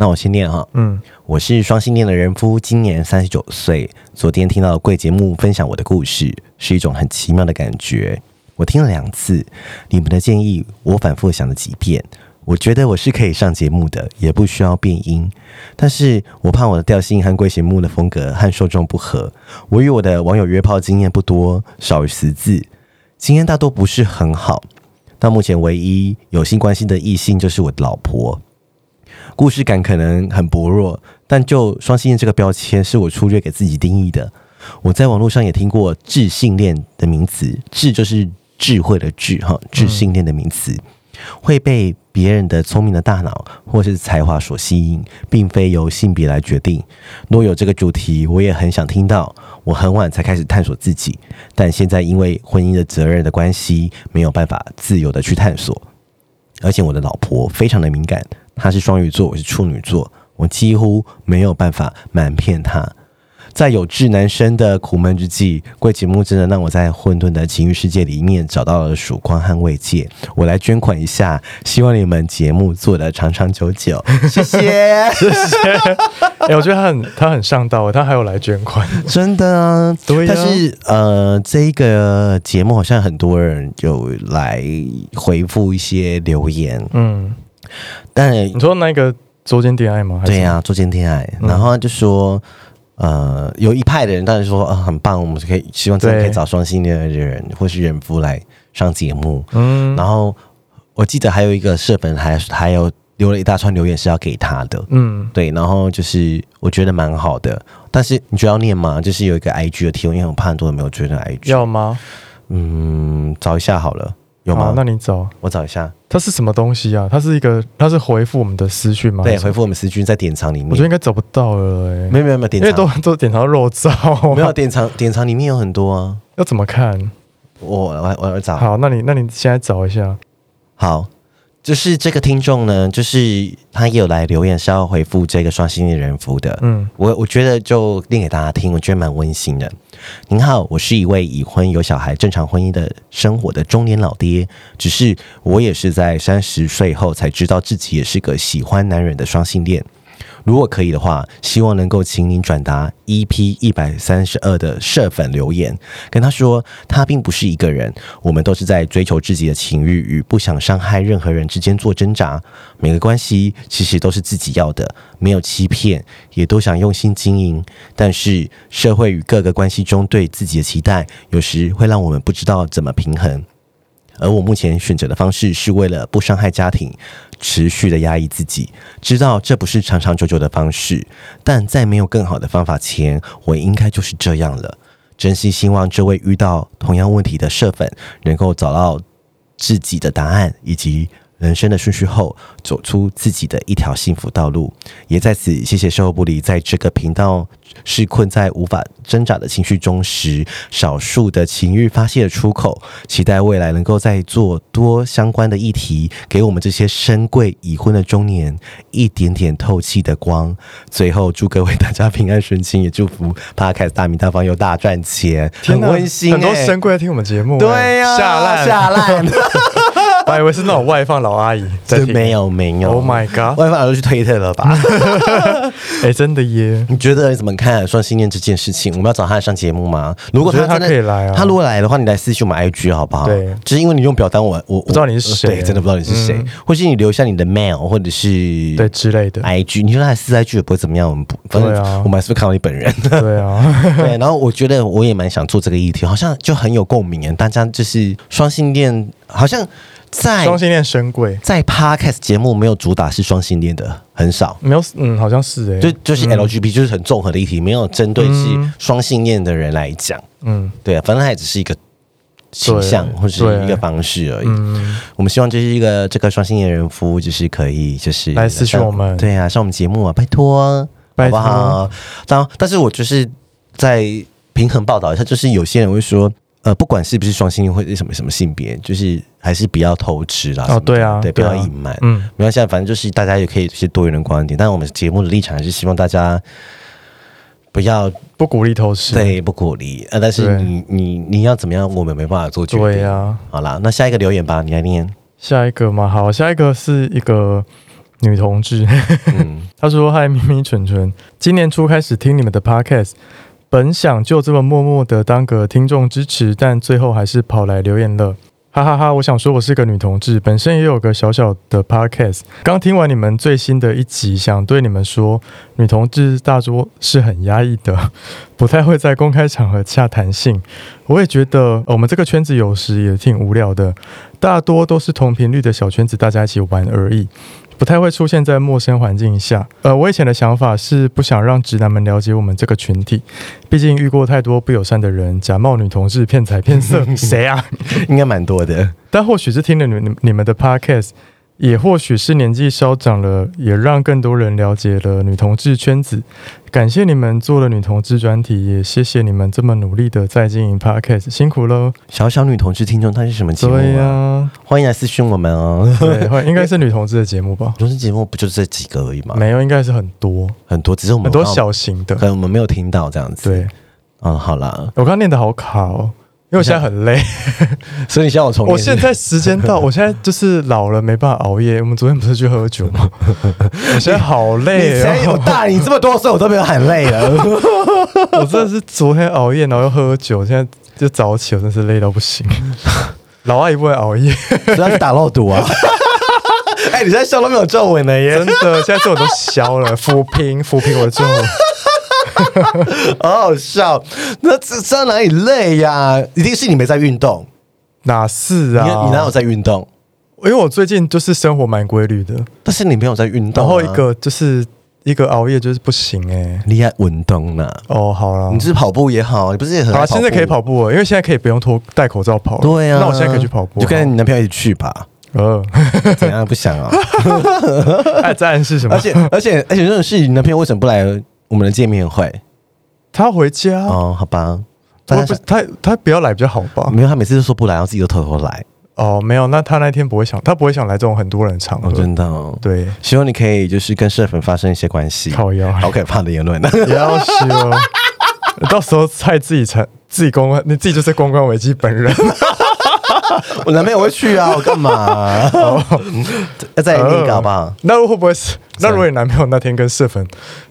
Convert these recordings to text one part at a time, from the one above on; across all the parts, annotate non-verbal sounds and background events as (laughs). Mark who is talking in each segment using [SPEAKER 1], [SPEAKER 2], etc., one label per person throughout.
[SPEAKER 1] 那我先念啊哈、
[SPEAKER 2] 嗯，
[SPEAKER 1] 我是双性恋的人夫，今年三十九岁。昨天听到贵节目分享我的故事，是一种很奇妙的感觉。我听了两次，你们的建议我反复想了几遍。我觉得我是可以上节目的，也不需要变音。但是我怕我的调性和贵节目的风格和受众不合。我与我的网友约炮经验不多，少于十字，经验大多不是很好。到目前唯一有性关系的异性就是我的老婆。故事感可能很薄弱，但就双性恋这个标签是我粗略给自己定义的。我在网络上也听过“智性恋”的名词，“智”就是智慧的“智”哈，智性恋的名词、会被别人的聪明的大脑或是才华所吸引，并非由性别来决定。若有这个主题，我也很想听到。我很晚才开始探索自己，但现在因为婚姻的责任的关系，没有办法自由的去探索。而且我的老婆非常的敏感，她是双鱼座，我是处女座，我几乎没有办法瞒骗她。在有志男生的苦闷之际，贵节目真的让我在混沌的情欲世界里面找到了曙光和慰藉。我来捐款一下，希望你们节目做得长长久久，谢谢。
[SPEAKER 2] 哎、我觉得他很他很上道，他还有来捐款。
[SPEAKER 1] 真的啊，
[SPEAKER 2] 对啊
[SPEAKER 1] 但是呃，这一个节目好像很多人有来回复一些留言，
[SPEAKER 2] 嗯，
[SPEAKER 1] 但
[SPEAKER 2] 你说那个周间恋爱吗？还是
[SPEAKER 1] 对呀、做间天爱，
[SPEAKER 2] 嗯
[SPEAKER 1] 然后他就说，呃，有一派的人当然说啊、很棒，我们可以希望真的可以
[SPEAKER 2] 对
[SPEAKER 1] 找双性恋的人或是人夫来上节目。
[SPEAKER 2] 嗯
[SPEAKER 1] 然后我记得还有一个社粉还还有留了一大串留言是要给他的，
[SPEAKER 2] 嗯，
[SPEAKER 1] 对，然后就是我觉得蛮好的，但是你觉得要念吗？就是有一个 IG 的提问，因为我怕很多人没有追到 IG，
[SPEAKER 2] 要吗？
[SPEAKER 1] 嗯，找一下好了，有
[SPEAKER 2] 好
[SPEAKER 1] 吗？
[SPEAKER 2] 那你找
[SPEAKER 1] 我找一下，
[SPEAKER 2] 它是什么东西啊？它是一个，它是回复我们的私讯吗？
[SPEAKER 1] 对，
[SPEAKER 2] 还是
[SPEAKER 1] 回复我们私讯在典藏里
[SPEAKER 2] 我觉得
[SPEAKER 1] 面，
[SPEAKER 2] 应该找不到了、欸，
[SPEAKER 1] 没有没有没有典
[SPEAKER 2] 因为
[SPEAKER 1] 藏
[SPEAKER 2] 都，都点到肉照，
[SPEAKER 1] 没有典藏，典藏里面有很多啊。
[SPEAKER 2] (laughs) 要怎么看？
[SPEAKER 1] 我我我要找好
[SPEAKER 2] 好，那你那你现在找一下，
[SPEAKER 1] 就是这个听众呢，就是他也有来留言是要回复这个双性恋人夫的。
[SPEAKER 2] 嗯
[SPEAKER 1] 我我觉得就念给大家听，我觉得蛮温馨的。您好，我是一位已婚有小孩、正常婚姻的生活的中年老爹，只是我也是在三十岁后才知道自己也是个喜欢男人的双性恋。如果可以的话，希望能够请您转达 EP 一百三十二的社粉留言，跟他说他并不是一个人，我们都是在追求自己的情欲与不想伤害任何人之间做挣扎。每个关系其实都是自己要的，没有欺骗，也都想用心经营。但是社会与各个关系中对自己的期待，有时会让我们不知道怎么平衡。而我目前选择的方式是为了不伤害家庭，持续的压抑自己，知道这不是长长久久的方式，但在没有更好的方法前，我应该就是这样了。真心希望这位遇到同样问题的社粉能够找到自己的答案以及人生的顺序后，走出自己的一条幸福道路。也在此谢谢售后部里在这个频道是困在无法挣扎的情绪中时，少数的情欲发泄的出口。期待未来能够再做多相关的议题，给我们这些身贵已婚的中年一点点透气的光。最后，祝各位大家平安顺心，也祝福 Podcast 大名大方又大赚钱，
[SPEAKER 2] 天
[SPEAKER 1] 很
[SPEAKER 2] 哪
[SPEAKER 1] 温馨、欸，
[SPEAKER 2] 很多神鬼在听我们节目、
[SPEAKER 1] 对呀、
[SPEAKER 2] 下烂
[SPEAKER 1] 下，烂，
[SPEAKER 2] (laughs) 我还以为是那种外放老阿姨在
[SPEAKER 1] 真
[SPEAKER 2] 听，
[SPEAKER 1] 没有没有
[SPEAKER 2] Oh my god！
[SPEAKER 1] 外放都去推特
[SPEAKER 2] (laughs)
[SPEAKER 1] 了吧？
[SPEAKER 2] 哎、真的耶，
[SPEAKER 1] 你觉得你怎么看双性恋这件事情？我们要找他来上节目吗？如
[SPEAKER 2] 我
[SPEAKER 1] 果
[SPEAKER 2] 觉得
[SPEAKER 1] 他
[SPEAKER 2] 他
[SPEAKER 1] 真的
[SPEAKER 2] 可以来啊
[SPEAKER 1] 他如果来的话，你来私信我们 IG 好不好？
[SPEAKER 2] 对
[SPEAKER 1] 就是因为你用表单我，我我不
[SPEAKER 2] 知道你是谁嗯
[SPEAKER 1] 真的不知道你是谁，或是你留下你的 mail 或者是
[SPEAKER 2] 对之类的，
[SPEAKER 1] IG，你说他私 IG 也不会怎么样，我们不，反正
[SPEAKER 2] 对啊
[SPEAKER 1] 我们还是会看到你本
[SPEAKER 2] (laughs)
[SPEAKER 1] 人。
[SPEAKER 2] 对啊，
[SPEAKER 1] 对，然后我觉得我也蛮想做这个议题，好像就很有共鸣耶。大家就是双性恋，好像在
[SPEAKER 2] 双性恋神鬼
[SPEAKER 1] 在 podcast 节目没有主打是双性恋的很少，
[SPEAKER 2] 没有，嗯，好像是哎、
[SPEAKER 1] 就就是 LGBT 就是很综合的议题，没有针对是双性恋的人来讲。
[SPEAKER 2] 嗯
[SPEAKER 1] 对啊，反正它也只是一个倾向
[SPEAKER 2] 对
[SPEAKER 1] 或是一个方式而已。
[SPEAKER 2] 嗯，
[SPEAKER 1] 我们希望就是一个这个双性恋人夫，就是可以就是
[SPEAKER 2] 来私讯我们
[SPEAKER 1] 对啊，上我们节目啊，拜托，
[SPEAKER 2] 拜
[SPEAKER 1] 好
[SPEAKER 2] 托
[SPEAKER 1] 不好？当但是我就是在。平衡报道一下，就是有些人会说，呃，不管是不是双性恋或者是什么什么性别，就是还是不要偷吃啦。什么的
[SPEAKER 2] 对啊
[SPEAKER 1] 对，不
[SPEAKER 2] 对啊
[SPEAKER 1] 要隐瞒。
[SPEAKER 2] 嗯，
[SPEAKER 1] 没关系啊，反正就是大家也可以是多元的观点，但我们节目的立场还是希望大家不要
[SPEAKER 2] 不鼓励偷吃。，
[SPEAKER 1] 对不鼓励。呃，但是
[SPEAKER 2] 对
[SPEAKER 1] 你你你要怎么样，我们没办法做决定。
[SPEAKER 2] 对呀。
[SPEAKER 1] 好啦，那下一个留言吧，你来念。
[SPEAKER 2] 下一个嘛，好，下一个是一个女同志，
[SPEAKER 1] 嗯，
[SPEAKER 2] (laughs) 她说：“嗨，咪咪蠢蠢，今年初开始听你们的 podcast，本想就这么默默的当个听众支持，但最后还是跑来留言了。”哈哈哈我想说，我是个女同志，本身也有个小小的 podcast。刚听完你们最新的一集，想对你们说，女同志大多是很压抑的， (laughs) 不太会在公开场合下谈性。我也觉得、呃我们这个圈子有时也挺无聊的，大多都是同频率的小圈子，大家一起玩而已，不太会出现在陌生环境下。呃，我以前的想法是不想让直男们了解我们这个群体，毕竟遇过太多不友善的人，假冒女同志骗财骗色，谁啊？
[SPEAKER 1] 应该蛮多的。
[SPEAKER 2] 但或许是听了你们你们的 podcast，也或许是年纪稍长了，也让更多人了解了女同志圈子。感谢你们做了女同志专题，也谢谢你们这么努力的在经营 podcast，辛苦喽！
[SPEAKER 1] 小小女同志听众，她是什么节目、
[SPEAKER 2] 对呀、
[SPEAKER 1] 啊？欢迎来私讯我们哦。 (laughs)
[SPEAKER 2] 对，会应该是女同志的节目吧？
[SPEAKER 1] 同志节目不就这几个而已吗？
[SPEAKER 2] 没有，应该是很多
[SPEAKER 1] 很多，只是我们
[SPEAKER 2] 很多
[SPEAKER 1] 刚好
[SPEAKER 2] 小型
[SPEAKER 1] 可
[SPEAKER 2] 的。
[SPEAKER 1] 能我们没有听到这样子。，
[SPEAKER 2] 对，
[SPEAKER 1] 嗯，好啦，
[SPEAKER 2] 我刚刚念的好卡哦，因为我现在很累，
[SPEAKER 1] 所以你希望 (laughs) 我重念
[SPEAKER 2] 我现在时间到，我现在就是老了，没办法熬夜。我们昨天不是去喝酒
[SPEAKER 1] (laughs)
[SPEAKER 2] 吗？我现在好累、
[SPEAKER 1] (laughs) 你
[SPEAKER 2] 哦，
[SPEAKER 1] 才有大你这么多岁，我都没有喊累了。
[SPEAKER 2] (laughs) 我真的是昨天熬夜，然后又喝酒，现在就早起，我真是累到不
[SPEAKER 1] (laughs)
[SPEAKER 2] 行。老阿姨不会熬夜，
[SPEAKER 1] 主要是打肉毒啊！ (laughs) 哎、你现在笑都没有皱纹
[SPEAKER 2] (laughs)
[SPEAKER 1] 了耶
[SPEAKER 2] 真，的，现在这种都消
[SPEAKER 1] (laughs)
[SPEAKER 2] 了，抚平抚平我的皱纹。
[SPEAKER 1] 好好笑。那这这哪里累呀、一定是你没在运动，
[SPEAKER 2] 哪是
[SPEAKER 1] 你
[SPEAKER 2] 啊？
[SPEAKER 1] 你哪有？在运动？
[SPEAKER 2] 因为我最近就是生活蛮规律的，
[SPEAKER 1] 但是你没有在运
[SPEAKER 2] 然
[SPEAKER 1] 动、啊，
[SPEAKER 2] 后一个就是一个熬夜就是不行哎、
[SPEAKER 1] 你在运动呢、
[SPEAKER 2] 哦，好了
[SPEAKER 1] 你，是跑步也好，你不是也很
[SPEAKER 2] 好
[SPEAKER 1] 爱
[SPEAKER 2] 了，
[SPEAKER 1] 跑步
[SPEAKER 2] 现在可以跑步了，因为现在可以不用脱戴口罩跑了。
[SPEAKER 1] 对啊，
[SPEAKER 2] 那我现在可以去跑步了。
[SPEAKER 1] 就跟你男朋友一起去吧。
[SPEAKER 2] 呃，
[SPEAKER 1] 怎样不
[SPEAKER 2] (laughs)
[SPEAKER 1] 想啊？
[SPEAKER 2] 爱赞是什么
[SPEAKER 1] 而？且而且而且这种事，你男朋友为什么不来我们的见面会？
[SPEAKER 2] 他回家，
[SPEAKER 1] 哦，好吧，
[SPEAKER 2] 我
[SPEAKER 1] 大家嗯
[SPEAKER 2] 不是他他不要来比较好吧？
[SPEAKER 1] 没有，他每次都说不来，然后自己都偷偷来。
[SPEAKER 2] 哦，没有，那他那天不会想，他不会想来这种很多人的场合。
[SPEAKER 1] 哦，真的哦。
[SPEAKER 2] 对，
[SPEAKER 1] 希望你可以就是跟社粉发生一些关系。
[SPEAKER 2] 靠腰
[SPEAKER 1] 好可怕的言论。 (laughs)
[SPEAKER 2] 也要修，到时候害自己成自己公关，你自己就是公关危机本
[SPEAKER 1] (laughs)
[SPEAKER 2] 人。
[SPEAKER 1] 我男朋友会去啊，我干嘛？ (laughs) 要再另一
[SPEAKER 2] 哦
[SPEAKER 1] 个好不好？
[SPEAKER 2] 呃那会不会是？那如果你男朋友那天跟社粉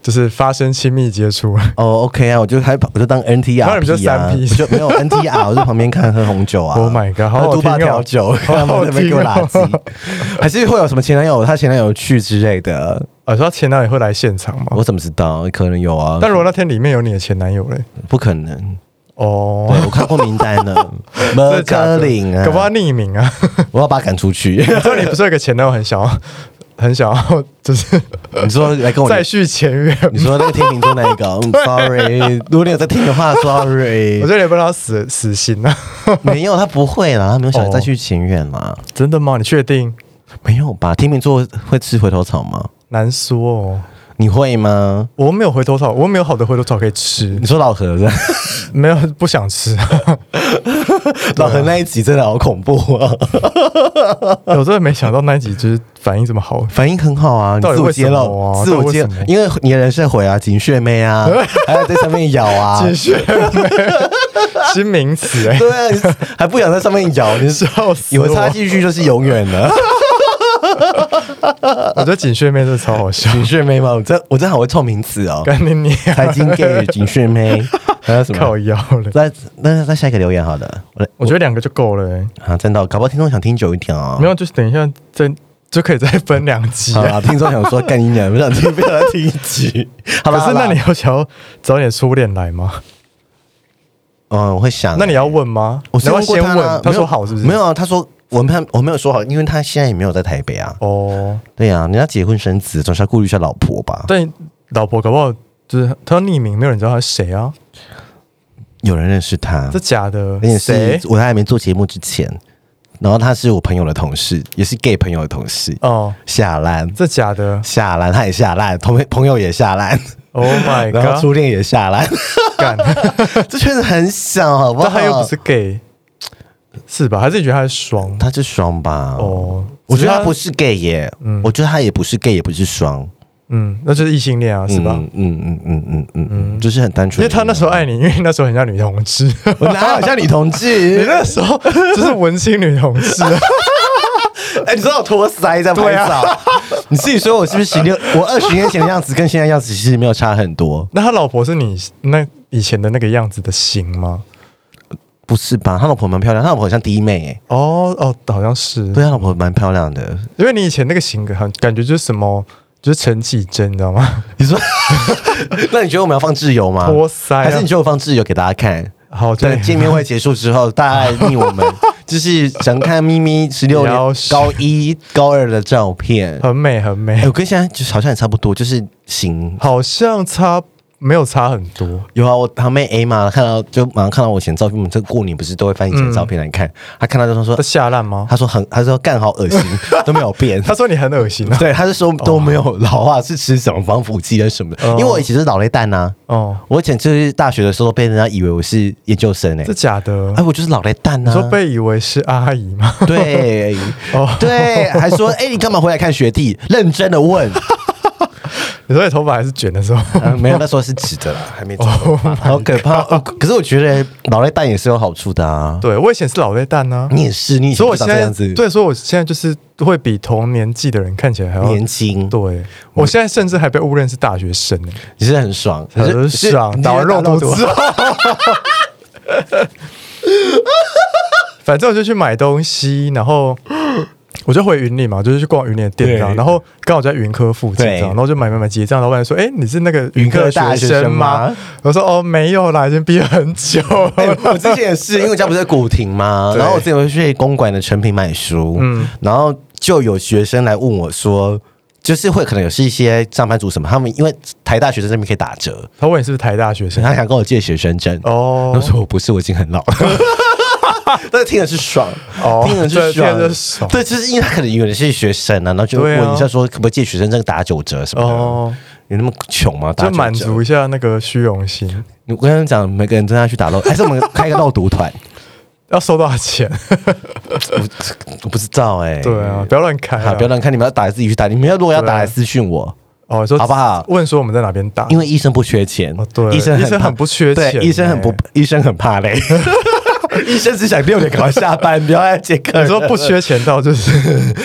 [SPEAKER 2] 就是发生亲密接触，
[SPEAKER 1] 哦，OK 啊，我就还我就当 NTR，
[SPEAKER 2] 那你们就
[SPEAKER 1] P 啊
[SPEAKER 2] 三 P
[SPEAKER 1] 我就没有 NTR，我就旁边看喝红酒啊。
[SPEAKER 2] Oh my god，好好
[SPEAKER 1] 喝都巴
[SPEAKER 2] 听哦
[SPEAKER 1] 调酒，
[SPEAKER 2] 好
[SPEAKER 1] 干嘛
[SPEAKER 2] 好
[SPEAKER 1] 在那边给我
[SPEAKER 2] 听
[SPEAKER 1] 垃
[SPEAKER 2] 哦 (laughs)
[SPEAKER 1] 圾？还是会有什么前男友，他前男友去之类的？
[SPEAKER 2] 啊，说前男友会来现场吗？
[SPEAKER 1] 我怎么知道？可能有啊，
[SPEAKER 2] 但如果那天里面有你的前男友嘞？
[SPEAKER 1] 不可能。
[SPEAKER 2] 哦
[SPEAKER 1] 对，我看过名单了，
[SPEAKER 2] (laughs) 真
[SPEAKER 1] 没
[SPEAKER 2] 的假的
[SPEAKER 1] 可能
[SPEAKER 2] 搞不好
[SPEAKER 1] 啊！
[SPEAKER 2] 匿名 (laughs) 啊！
[SPEAKER 1] 我要把他赶出
[SPEAKER 2] (laughs)
[SPEAKER 1] 去。
[SPEAKER 2] 你知道你不是有一个前男友很想要，很想要，就是
[SPEAKER 1] 你说来跟我
[SPEAKER 2] 再续前缘
[SPEAKER 1] 你说那个天秤座那一个
[SPEAKER 2] (laughs)
[SPEAKER 1] 嗯，sorry，如果你有在听的话
[SPEAKER 2] 我
[SPEAKER 1] ，sorry，
[SPEAKER 2] 觉得你不能死死心 (laughs) 啊！
[SPEAKER 1] 没有，他不会啦，他没有想
[SPEAKER 2] 哦
[SPEAKER 1] 再去情愿啦，
[SPEAKER 2] 真的吗？你确定？
[SPEAKER 1] 没有吧？天秤座会吃回头草吗？
[SPEAKER 2] 难说哦。
[SPEAKER 1] 你会吗？
[SPEAKER 2] 我没有回头草，我没有好的回头草可以吃
[SPEAKER 1] 你，说老何的，
[SPEAKER 2] 没有不想 (laughs) 吃。
[SPEAKER 1] 老何那一集真的好恐怖啊！
[SPEAKER 2] 我真的没想到那一集就是反应这么好。
[SPEAKER 1] 反应很好啊，你
[SPEAKER 2] 到底
[SPEAKER 1] 自我
[SPEAKER 2] 为什
[SPEAKER 1] 揭露，
[SPEAKER 2] 么啊
[SPEAKER 1] 自我揭
[SPEAKER 2] 到底为什么
[SPEAKER 1] 因为你的人设毁啊，警血妹 (laughs) 啊，还要在上面咬 (laughs) 啊，
[SPEAKER 2] 继续，新名词哎、
[SPEAKER 1] 对啊，你还不想在上面咬， (laughs) 你是
[SPEAKER 2] 笑死
[SPEAKER 1] 有
[SPEAKER 2] 我！
[SPEAKER 1] 插进去就是永远的。
[SPEAKER 2] 我觉得警炫妹真的超好笑，
[SPEAKER 1] (laughs) 警血妹吗？我真我真好会凑名词 (laughs) 哦，
[SPEAKER 2] 干你你
[SPEAKER 1] 财经 gay 警血 (laughs) 妹，还有什么？
[SPEAKER 2] 靠腰 (laughs) 了。
[SPEAKER 1] 那那那下一个留言好了，我来
[SPEAKER 2] 我觉得两个就够了、欸，
[SPEAKER 1] 啊，真的哦，搞不好听众想听久一点哦。
[SPEAKER 2] 没有就是等一下再就可以再分两集
[SPEAKER 1] 好
[SPEAKER 2] 啊。 (laughs)
[SPEAKER 1] 啦，听众想说干你娘，不想听，不想再听一集。好
[SPEAKER 2] 可
[SPEAKER 1] 了，
[SPEAKER 2] 是
[SPEAKER 1] 好啦
[SPEAKER 2] 那你，有想要早点初恋来吗？
[SPEAKER 1] 嗯，我会想，
[SPEAKER 2] 那你要问吗？
[SPEAKER 1] 我是
[SPEAKER 2] 你要
[SPEAKER 1] 问
[SPEAKER 2] 先
[SPEAKER 1] 过他啦
[SPEAKER 2] 问，他
[SPEAKER 1] 没有
[SPEAKER 2] 说好是不是？
[SPEAKER 1] 没有啊，他说我们我没有说好，因为他现在也没有在台北啊。
[SPEAKER 2] 哦，
[SPEAKER 1] 对呀，人家结婚生子，总是要顾虑一下老婆吧。
[SPEAKER 2] 但老婆搞不好就是他要匿名，没有人知道他是谁啊？
[SPEAKER 1] 有人认识他
[SPEAKER 2] 这，假的
[SPEAKER 1] 而且？
[SPEAKER 2] 谁
[SPEAKER 1] 嗯是？我在还没做节目之前，然后他是我朋友的同事，也是 gay 朋友的同事，
[SPEAKER 2] 哦，
[SPEAKER 1] 下烂
[SPEAKER 2] 这假的？
[SPEAKER 1] (laughs) 下烂，他也下烂，同朋友也下烂。
[SPEAKER 2] Oh my
[SPEAKER 1] (laughs) 然后
[SPEAKER 2] god！
[SPEAKER 1] 初恋也下来，
[SPEAKER 2] 干，
[SPEAKER 1] (laughs) 这圈子很小，好不好？
[SPEAKER 2] 但他又不是 gay，是吧？还是你觉得他是双？
[SPEAKER 1] 他是双吧？
[SPEAKER 2] 哦，
[SPEAKER 1] 我觉得
[SPEAKER 2] 只
[SPEAKER 1] 他不，是 gay 耶，我觉得他也不是 gay，也不是双，
[SPEAKER 2] 嗯，那就是异性恋啊，是吧？
[SPEAKER 1] 嗯嗯嗯嗯嗯嗯嗯，就是很单
[SPEAKER 2] 因
[SPEAKER 1] 纯。
[SPEAKER 2] 为他那时候爱你，因为那时候很像女同志， (laughs) 你
[SPEAKER 1] 我哪有像女同志？
[SPEAKER 2] 那时候就是文青女同志啊，
[SPEAKER 1] 哎、你知道我托腮在拍
[SPEAKER 2] 对啊
[SPEAKER 1] 照，你自己说我是不是十六？我二十年前的样子跟现在样子其实没有差很多，
[SPEAKER 2] 那他老婆是你那以前的那个样子的型吗？
[SPEAKER 1] 不是吧？他老婆蛮漂亮，他老婆好像弟妹、哎，
[SPEAKER 2] 哦哦，好像是，
[SPEAKER 1] 对，他老婆蛮漂亮的。
[SPEAKER 2] 因为你以前那个型感感觉就是什么，就是陈绮贞，你知道吗？
[SPEAKER 1] 你说，那你觉得我们要放自由吗？
[SPEAKER 2] 托腮啊
[SPEAKER 1] 还是你觉得我放自由给大家看？
[SPEAKER 2] 好，对
[SPEAKER 1] 等，哦见面会结束之后，大家来密我
[SPEAKER 2] (laughs)
[SPEAKER 1] 们，就是想看咪咪十六
[SPEAKER 2] 了
[SPEAKER 1] 年
[SPEAKER 2] 解
[SPEAKER 1] 高一、高二的照片。
[SPEAKER 2] 很美很美
[SPEAKER 1] 哎、，我跟现在就是好像也差不多，就是行。
[SPEAKER 2] 好像差没有差很多，
[SPEAKER 1] 有啊，我堂妹 A 嘛，看到就马上看到我以前照片，我们这过年不是都会翻以前照片来看，
[SPEAKER 2] 嗯
[SPEAKER 1] 她看到就
[SPEAKER 2] (laughs)
[SPEAKER 1] 说
[SPEAKER 2] 他，下烂吗？
[SPEAKER 1] 她说很，她说干好恶心，都没有
[SPEAKER 2] (laughs)
[SPEAKER 1] 变。
[SPEAKER 2] 他说你很恶心啊，
[SPEAKER 1] 对，她是说都没有老化，是吃什么防腐剂啊什么的。因为我以前是老泪蛋呐、啊，
[SPEAKER 2] 哦，
[SPEAKER 1] 我以前就是大学的时候被人家以为我是研究生哎、
[SPEAKER 2] 这假的
[SPEAKER 1] 哎、。我就是老泪蛋呐、
[SPEAKER 2] 你说被以为是阿姨
[SPEAKER 1] (laughs)
[SPEAKER 2] 吗？
[SPEAKER 1] 对，
[SPEAKER 2] 哦
[SPEAKER 1] 对，还说哎、你干嘛回来看学弟？认真的 (laughs) 问，
[SPEAKER 2] 你说你头发还是卷的时
[SPEAKER 1] (laughs)
[SPEAKER 2] 候，
[SPEAKER 1] 啊、没有，那时候是直的啦，还没走，好可怕、哦可是我觉得老泪蛋也是有好处的啊。
[SPEAKER 2] 对我以前是老泪蛋呢，
[SPEAKER 1] 你也是，你以前
[SPEAKER 2] 所以
[SPEAKER 1] 不
[SPEAKER 2] 我
[SPEAKER 1] 嗯长
[SPEAKER 2] 现在
[SPEAKER 1] 这样子，，
[SPEAKER 2] 对，所以我现在就是会比同年纪的人看起来还要
[SPEAKER 1] 年轻，
[SPEAKER 2] 对，我现在甚至还被误认是大学生欸呢，
[SPEAKER 1] 你是很爽，你是
[SPEAKER 2] 很爽，打完肉毒之，后。反正我就去买东西，然
[SPEAKER 1] (gasps)
[SPEAKER 2] 后我就回云林嘛，就是去逛云林的店这样
[SPEAKER 1] 对
[SPEAKER 2] 然后刚好在云科附近这
[SPEAKER 1] 对
[SPEAKER 2] 样，然后就买买买结账，老板说：“哎、你是那个
[SPEAKER 1] 云科
[SPEAKER 2] 科
[SPEAKER 1] 的大
[SPEAKER 2] 学
[SPEAKER 1] 学
[SPEAKER 2] 生
[SPEAKER 1] 生吗
[SPEAKER 2] 吗？”我说：“哦，没有啦，已经毕业很久了。
[SPEAKER 1] 你是 (laughs) 哎 (laughs) 我之前也是，因为我家不是在古亭嘛，
[SPEAKER 2] 对
[SPEAKER 1] 然后我之前会去公馆的成品买书，嗯，然后就有学生来问我说。就是会可能有是一些上班族什么，他们因为台大学生这边可以打折，
[SPEAKER 2] 他问你是不是台大学生？
[SPEAKER 1] (laughs) 他想跟我借学生证，
[SPEAKER 2] 哦
[SPEAKER 1] 他说我不是，我已经很老了。 (laughs) 但是听的是爽，
[SPEAKER 2] 哦
[SPEAKER 1] 听的是
[SPEAKER 2] 对
[SPEAKER 1] 爽，
[SPEAKER 2] 听的是爽
[SPEAKER 1] 对，就是因为他可能有的是学生啊，然后就
[SPEAKER 2] 对啊
[SPEAKER 1] 问一下说可不可以借学生证打九折什么的。
[SPEAKER 2] 哦，
[SPEAKER 1] 有那么穷吗？打
[SPEAKER 2] 就
[SPEAKER 1] 嗯九折
[SPEAKER 2] 满足一下那个虚荣心，
[SPEAKER 1] 我跟他讲，每个人都要去打肉，哎还是我们开个肉毒团？
[SPEAKER 2] 要收多少
[SPEAKER 1] (laughs)
[SPEAKER 2] 钱？
[SPEAKER 1] 我不知道哎、
[SPEAKER 2] 对啊， (laughs) 不要乱开、
[SPEAKER 1] 好，
[SPEAKER 2] 啊，
[SPEAKER 1] 不要乱看，你们要打自己去打，你们要如果要打
[SPEAKER 2] 对啊
[SPEAKER 1] 来私讯我。
[SPEAKER 2] 哦，你说
[SPEAKER 1] 好不好
[SPEAKER 2] 问说我们在哪边打？
[SPEAKER 1] 因为医生不缺钱，
[SPEAKER 2] 哦对
[SPEAKER 1] 医生
[SPEAKER 2] 医生
[SPEAKER 1] 怕
[SPEAKER 2] 很不缺钱
[SPEAKER 1] 对，医生很不
[SPEAKER 2] 欸，
[SPEAKER 1] 医生很怕 (laughs) 累，医生只想六点赶快下班，不要来接客人。
[SPEAKER 2] 你说不缺钱到就是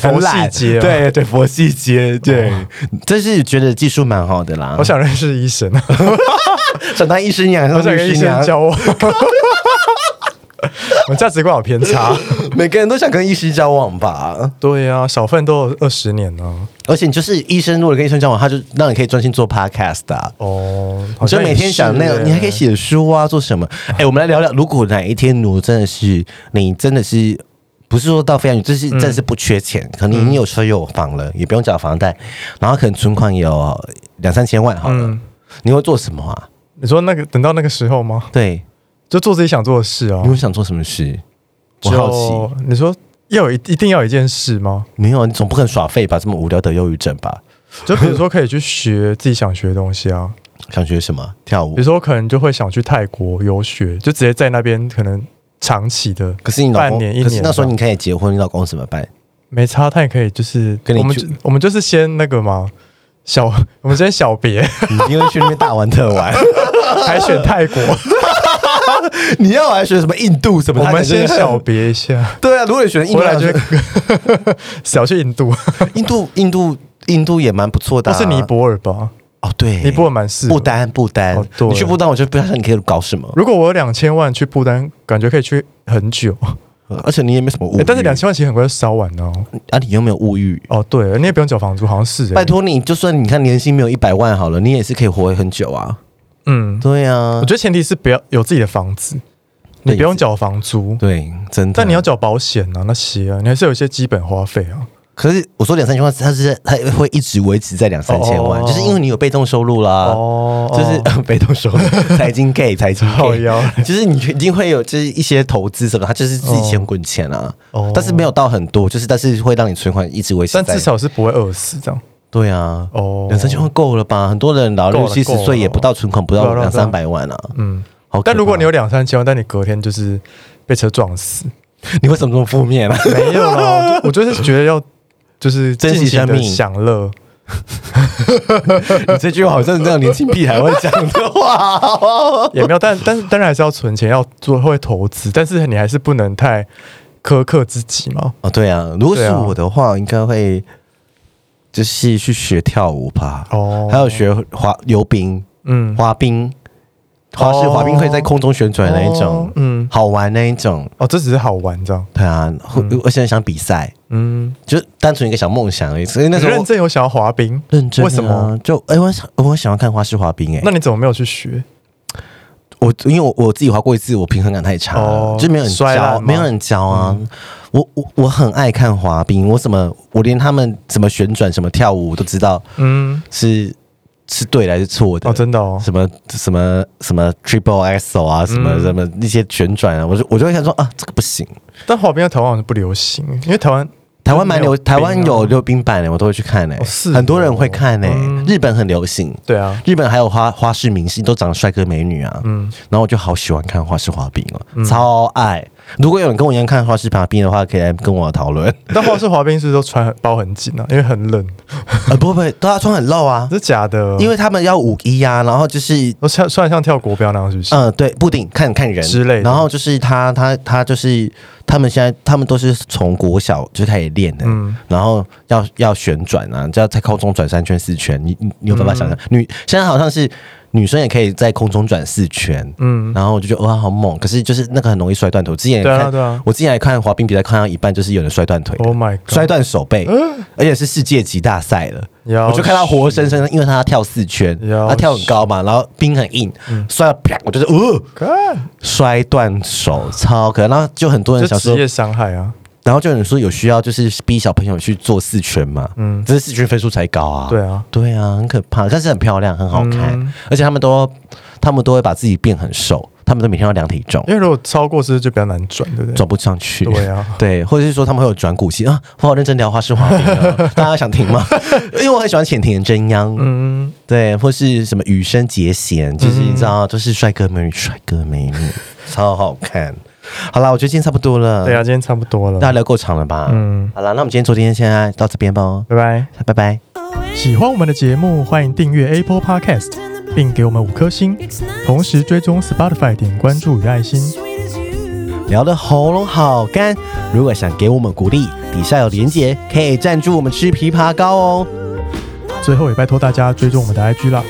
[SPEAKER 2] 佛
[SPEAKER 1] (laughs) 很懒
[SPEAKER 2] 系街，，
[SPEAKER 1] 对对，佛系街，对，这哦是觉得技术蛮好的啦。
[SPEAKER 2] 我想认识医生，
[SPEAKER 1] (laughs)
[SPEAKER 2] 我
[SPEAKER 1] 想当医生呀，我
[SPEAKER 2] 想跟医生交往。
[SPEAKER 1] 啊
[SPEAKER 2] (laughs) 我价值观有偏差。
[SPEAKER 1] 每个人都想跟医师交往吧。
[SPEAKER 2] 对呀、小奋斗二十年呢、
[SPEAKER 1] 而且你就是医生，如果跟医生交往，他就让你可以专心做 podcast 啊。
[SPEAKER 2] 哦，好
[SPEAKER 1] 你就
[SPEAKER 2] 像
[SPEAKER 1] 每
[SPEAKER 2] 也
[SPEAKER 1] 天
[SPEAKER 2] 是
[SPEAKER 1] 想那个，
[SPEAKER 2] 耶
[SPEAKER 1] 你还可以。写书啊，做 (laughs) 什么？哎、我们来聊聊，如果哪一天奴真的是你真的是。不是说到非常有，就是真的是不缺钱，可能你有车有房了，也不用缴房贷，然后可能存款有两三千万好了，你会做什么啊？
[SPEAKER 2] 嗯你说那个等到那个时候吗？
[SPEAKER 1] 对，
[SPEAKER 2] 就做自己想做的事哦
[SPEAKER 1] 你。会想做什么事？我
[SPEAKER 2] 就
[SPEAKER 1] 好奇，
[SPEAKER 2] 你说要有一一定要有一件事吗？
[SPEAKER 1] 没有，你总不可能耍废吧？这么无聊得忧郁症吧？
[SPEAKER 2] 就比如说可以去学自己想学的东西啊，
[SPEAKER 1] 想学什么？跳舞
[SPEAKER 2] 比如？说我可能就会想去泰国游学，就直接在那边可能长期的。
[SPEAKER 1] 可是你老
[SPEAKER 2] 半
[SPEAKER 1] 公，
[SPEAKER 2] 年一
[SPEAKER 1] 可是
[SPEAKER 2] 年
[SPEAKER 1] 那时候
[SPEAKER 2] 吧
[SPEAKER 1] 你可以结婚，你老公怎
[SPEAKER 2] (laughs)
[SPEAKER 1] 么办？
[SPEAKER 2] 没差，他也可以，就是
[SPEAKER 1] 跟你
[SPEAKER 2] 我们
[SPEAKER 1] 去
[SPEAKER 2] 就我们就是先那个嘛，小 (laughs) 我们先小
[SPEAKER 1] (laughs)
[SPEAKER 2] 别，
[SPEAKER 1] 你因为去那边大玩
[SPEAKER 2] (laughs)
[SPEAKER 1] 特玩，
[SPEAKER 2] 还选泰
[SPEAKER 1] (laughs)
[SPEAKER 2] 国，
[SPEAKER 1] 你要玩学什么印度什么？
[SPEAKER 2] 我
[SPEAKER 1] 他
[SPEAKER 2] 们
[SPEAKER 1] 可能
[SPEAKER 2] 先
[SPEAKER 1] 就
[SPEAKER 2] 小别一下，
[SPEAKER 1] 对啊，如果你选印度
[SPEAKER 2] 回来
[SPEAKER 1] 来
[SPEAKER 2] 就
[SPEAKER 1] 说，
[SPEAKER 2] (laughs) 小去印度，
[SPEAKER 1] 印度印度印度也蛮不错的、
[SPEAKER 2] 或
[SPEAKER 1] 啊，
[SPEAKER 2] 是尼泊尔吧，
[SPEAKER 1] 哦，对，
[SPEAKER 2] 尼泊尔蛮适合
[SPEAKER 1] 不。丹不丹
[SPEAKER 2] 哦，对
[SPEAKER 1] 你去不丹，我就不知道你可以搞什么，
[SPEAKER 2] 如果我有两千万去不丹，感觉可以去很久，
[SPEAKER 1] 而且你也没什么物
[SPEAKER 2] 诶
[SPEAKER 1] 欲，
[SPEAKER 2] 哎但是两千万其实很快就烧完了哦。
[SPEAKER 1] 啊，你有没有物欲？
[SPEAKER 2] 哦，对，你也不用缴房租，好像是、诶
[SPEAKER 1] 拜，托你，就算你看年薪没有一百万好了，你也是可以活很久啊。
[SPEAKER 2] 嗯，
[SPEAKER 1] 对啊
[SPEAKER 2] 我，觉得前提是不要有自己的房子，你不用缴房租，
[SPEAKER 1] 对，真的。
[SPEAKER 2] 但你要缴保险啊那些啊，你还是有一些基本花费啊。
[SPEAKER 1] 可是我说两三千万，它是它会一直维持在两三千万，
[SPEAKER 2] 哦
[SPEAKER 1] 就是因为你有被动收入啦，
[SPEAKER 2] 哦
[SPEAKER 1] 就是 (laughs) 被动收入，财经 gay 财经
[SPEAKER 2] 靠
[SPEAKER 1] gay，
[SPEAKER 2] 腰
[SPEAKER 1] 就是你一定会有就是一些投资什么，它就是自己钱滚钱啊，
[SPEAKER 2] 哦
[SPEAKER 1] 但是没有到很多，就是但是会让你存款一直维持在，
[SPEAKER 2] 但至少是不会饿死这样。
[SPEAKER 1] 对啊，
[SPEAKER 2] 哦，
[SPEAKER 1] 两三千块够了吧？很多人老
[SPEAKER 2] 够
[SPEAKER 1] 六
[SPEAKER 2] 了
[SPEAKER 1] 七十岁也不到存款，不到
[SPEAKER 2] 够了
[SPEAKER 1] 两三百万啊。
[SPEAKER 2] 嗯，
[SPEAKER 1] 好可怕，
[SPEAKER 2] 但如果你有两三千万，但你隔天就是被车撞
[SPEAKER 1] (laughs)
[SPEAKER 2] 死，
[SPEAKER 1] 你为什么这么负面 (laughs) 啊？
[SPEAKER 2] 没有啦， (laughs) 我就我就是觉得要就是
[SPEAKER 1] 珍惜
[SPEAKER 2] 尽情地
[SPEAKER 1] 生命
[SPEAKER 2] 享乐。
[SPEAKER 1] 你这句话好像是那种年轻屁孩会讲的话。
[SPEAKER 2] (laughs) 也没有，但但是当然还是要存钱，要做会投资，但是你还是不能太苛刻自己嘛。
[SPEAKER 1] 哦，对啊，如果
[SPEAKER 2] 对
[SPEAKER 1] 是
[SPEAKER 2] 啊
[SPEAKER 1] 我的话，应该会就是去学跳舞吧，
[SPEAKER 2] 哦
[SPEAKER 1] 还有学滑溜冰、
[SPEAKER 2] 嗯，
[SPEAKER 1] 滑冰、滑式
[SPEAKER 2] 哦
[SPEAKER 1] 滑冰会在空中旋转那一
[SPEAKER 2] 哦
[SPEAKER 1] 种，
[SPEAKER 2] 嗯，
[SPEAKER 1] 好玩那一种。
[SPEAKER 2] 哦，这只是好玩这样，
[SPEAKER 1] 对啊，会我现在想比赛，
[SPEAKER 2] 嗯，
[SPEAKER 1] 就单纯一个小梦想而已。所以那时候
[SPEAKER 2] 认真有想要滑冰，
[SPEAKER 1] 认真、啊，
[SPEAKER 2] 为什么？？
[SPEAKER 1] 就哎、我想我喜欢看花式滑冰、哎，
[SPEAKER 2] 那你怎么没有去学？
[SPEAKER 1] 我因为我我自己滑过一次，我平衡感太差了，
[SPEAKER 2] 哦
[SPEAKER 1] 就没有人
[SPEAKER 2] 摔
[SPEAKER 1] 教，
[SPEAKER 2] 烂吗嗯
[SPEAKER 1] 没有人教啊。我我我很爱看滑冰，我怎么我连他们怎么旋转、怎么跳舞我都知道
[SPEAKER 2] 嗯，
[SPEAKER 1] 是是对的还是错的。
[SPEAKER 2] 哦，真的哦，
[SPEAKER 1] 什么什么什么 triple axel 啊，什么
[SPEAKER 2] 嗯
[SPEAKER 1] 什么那些旋转啊，我就我就会想说啊，这个不行。
[SPEAKER 2] 但滑冰在台湾好像不流行，因为台湾
[SPEAKER 1] 台湾蛮流，
[SPEAKER 2] 就没
[SPEAKER 1] 台
[SPEAKER 2] 有冰啊
[SPEAKER 1] 湾有溜冰板的、我都会去看的、
[SPEAKER 2] 哦是
[SPEAKER 1] 很多人会看的、
[SPEAKER 2] 嗯
[SPEAKER 1] 日本很流行，
[SPEAKER 2] 对啊，
[SPEAKER 1] 日本还有花花式明星都长得帅哥美女啊，
[SPEAKER 2] 嗯，
[SPEAKER 1] 然后我就好喜欢看花式滑冰哦，超爱。如果有人跟我一样看花式滑冰的话，可以来跟我
[SPEAKER 2] (laughs)
[SPEAKER 1] 讨论。
[SPEAKER 2] 但花式滑冰是不是都穿很包很紧啊，因为很冷，
[SPEAKER 1] 呃，不会不会，都要穿很露啊
[SPEAKER 2] 这，是假的，
[SPEAKER 1] 因为他们要五一啊，然后就是。
[SPEAKER 2] 我穿穿得像跳国标那样，是不是？
[SPEAKER 1] 嗯，对，不定看看人
[SPEAKER 2] 之类的
[SPEAKER 1] 然后就是他，他，他就是他们现在，他们都是从国小就开始练的，
[SPEAKER 2] 嗯
[SPEAKER 1] 然后要要旋转啊，就要在空中转三圈四圈，你你你有办法想象？
[SPEAKER 2] 嗯
[SPEAKER 1] 女现在好像是女生也可以在空中转四圈，
[SPEAKER 2] 嗯，
[SPEAKER 1] 然后我就觉得哇好猛，可是就是那个很容易摔断腿。我之前也
[SPEAKER 2] 对啊
[SPEAKER 1] 看，
[SPEAKER 2] 对啊
[SPEAKER 1] 我之前也看滑冰比赛看到一半，就是有人摔断腿的
[SPEAKER 2] Oh my god
[SPEAKER 1] 摔断手背，
[SPEAKER 2] 嗯
[SPEAKER 1] 而且是世界级大赛了。
[SPEAKER 2] 要
[SPEAKER 1] 我就看他活生生，因为他跳四圈，
[SPEAKER 2] 要
[SPEAKER 1] 他跳很高嘛，然后冰很硬，
[SPEAKER 2] 嗯
[SPEAKER 1] 摔到啪，我就是呃，
[SPEAKER 2] 看
[SPEAKER 1] 摔断手，超可爱。然后就很多人
[SPEAKER 2] 这
[SPEAKER 1] 想
[SPEAKER 2] 职
[SPEAKER 1] 说，
[SPEAKER 2] 业伤害啊，
[SPEAKER 1] 然后就有人说有需要就是逼小朋友去做四圈嘛，嗯，这是四圈分数才高啊，
[SPEAKER 2] 对啊，
[SPEAKER 1] 对啊，很可怕，但是很漂亮，很好看，
[SPEAKER 2] 嗯
[SPEAKER 1] 而且他们都他们都会把自己变很瘦，他们都每天要量体重
[SPEAKER 2] 因。为如果超过是不是就比较难转，对不对？
[SPEAKER 1] 转不上去，
[SPEAKER 2] 对啊
[SPEAKER 1] 对或者是说他们会有转骨性啊，我好认真聊花式滑冰哦， (laughs) 大家想听吗？因为我很喜欢浅田真央，
[SPEAKER 2] 嗯，
[SPEAKER 1] 对，或是什么羽生结弦，就是你知道，都是帅哥美女，帅哥美女，超好看。好啦，我觉得今天差不多了，
[SPEAKER 2] 对啊，今天差不多
[SPEAKER 1] 大家
[SPEAKER 2] 了，
[SPEAKER 1] 聊够长了吧？
[SPEAKER 2] 嗯，
[SPEAKER 1] 好啦，那我们今天昨天现在到这边吧，
[SPEAKER 2] 拜拜。
[SPEAKER 1] 拜拜。
[SPEAKER 2] 喜欢我们的节目，欢迎订阅 Apple Podcast，并给我们五颗星，同时追踪 Spotify 点关注与爱心。
[SPEAKER 1] 聊的喉咙好干，如果想给我们鼓励，底下有连结，可以赞助我们吃枇杷膏哦。
[SPEAKER 2] 最后也拜托大家追踪我们的 IG 啦，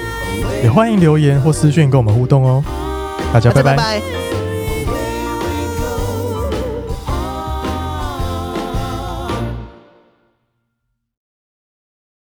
[SPEAKER 2] 也欢迎留言或私讯跟我们互动哦。大家拜拜。
[SPEAKER 1] 拜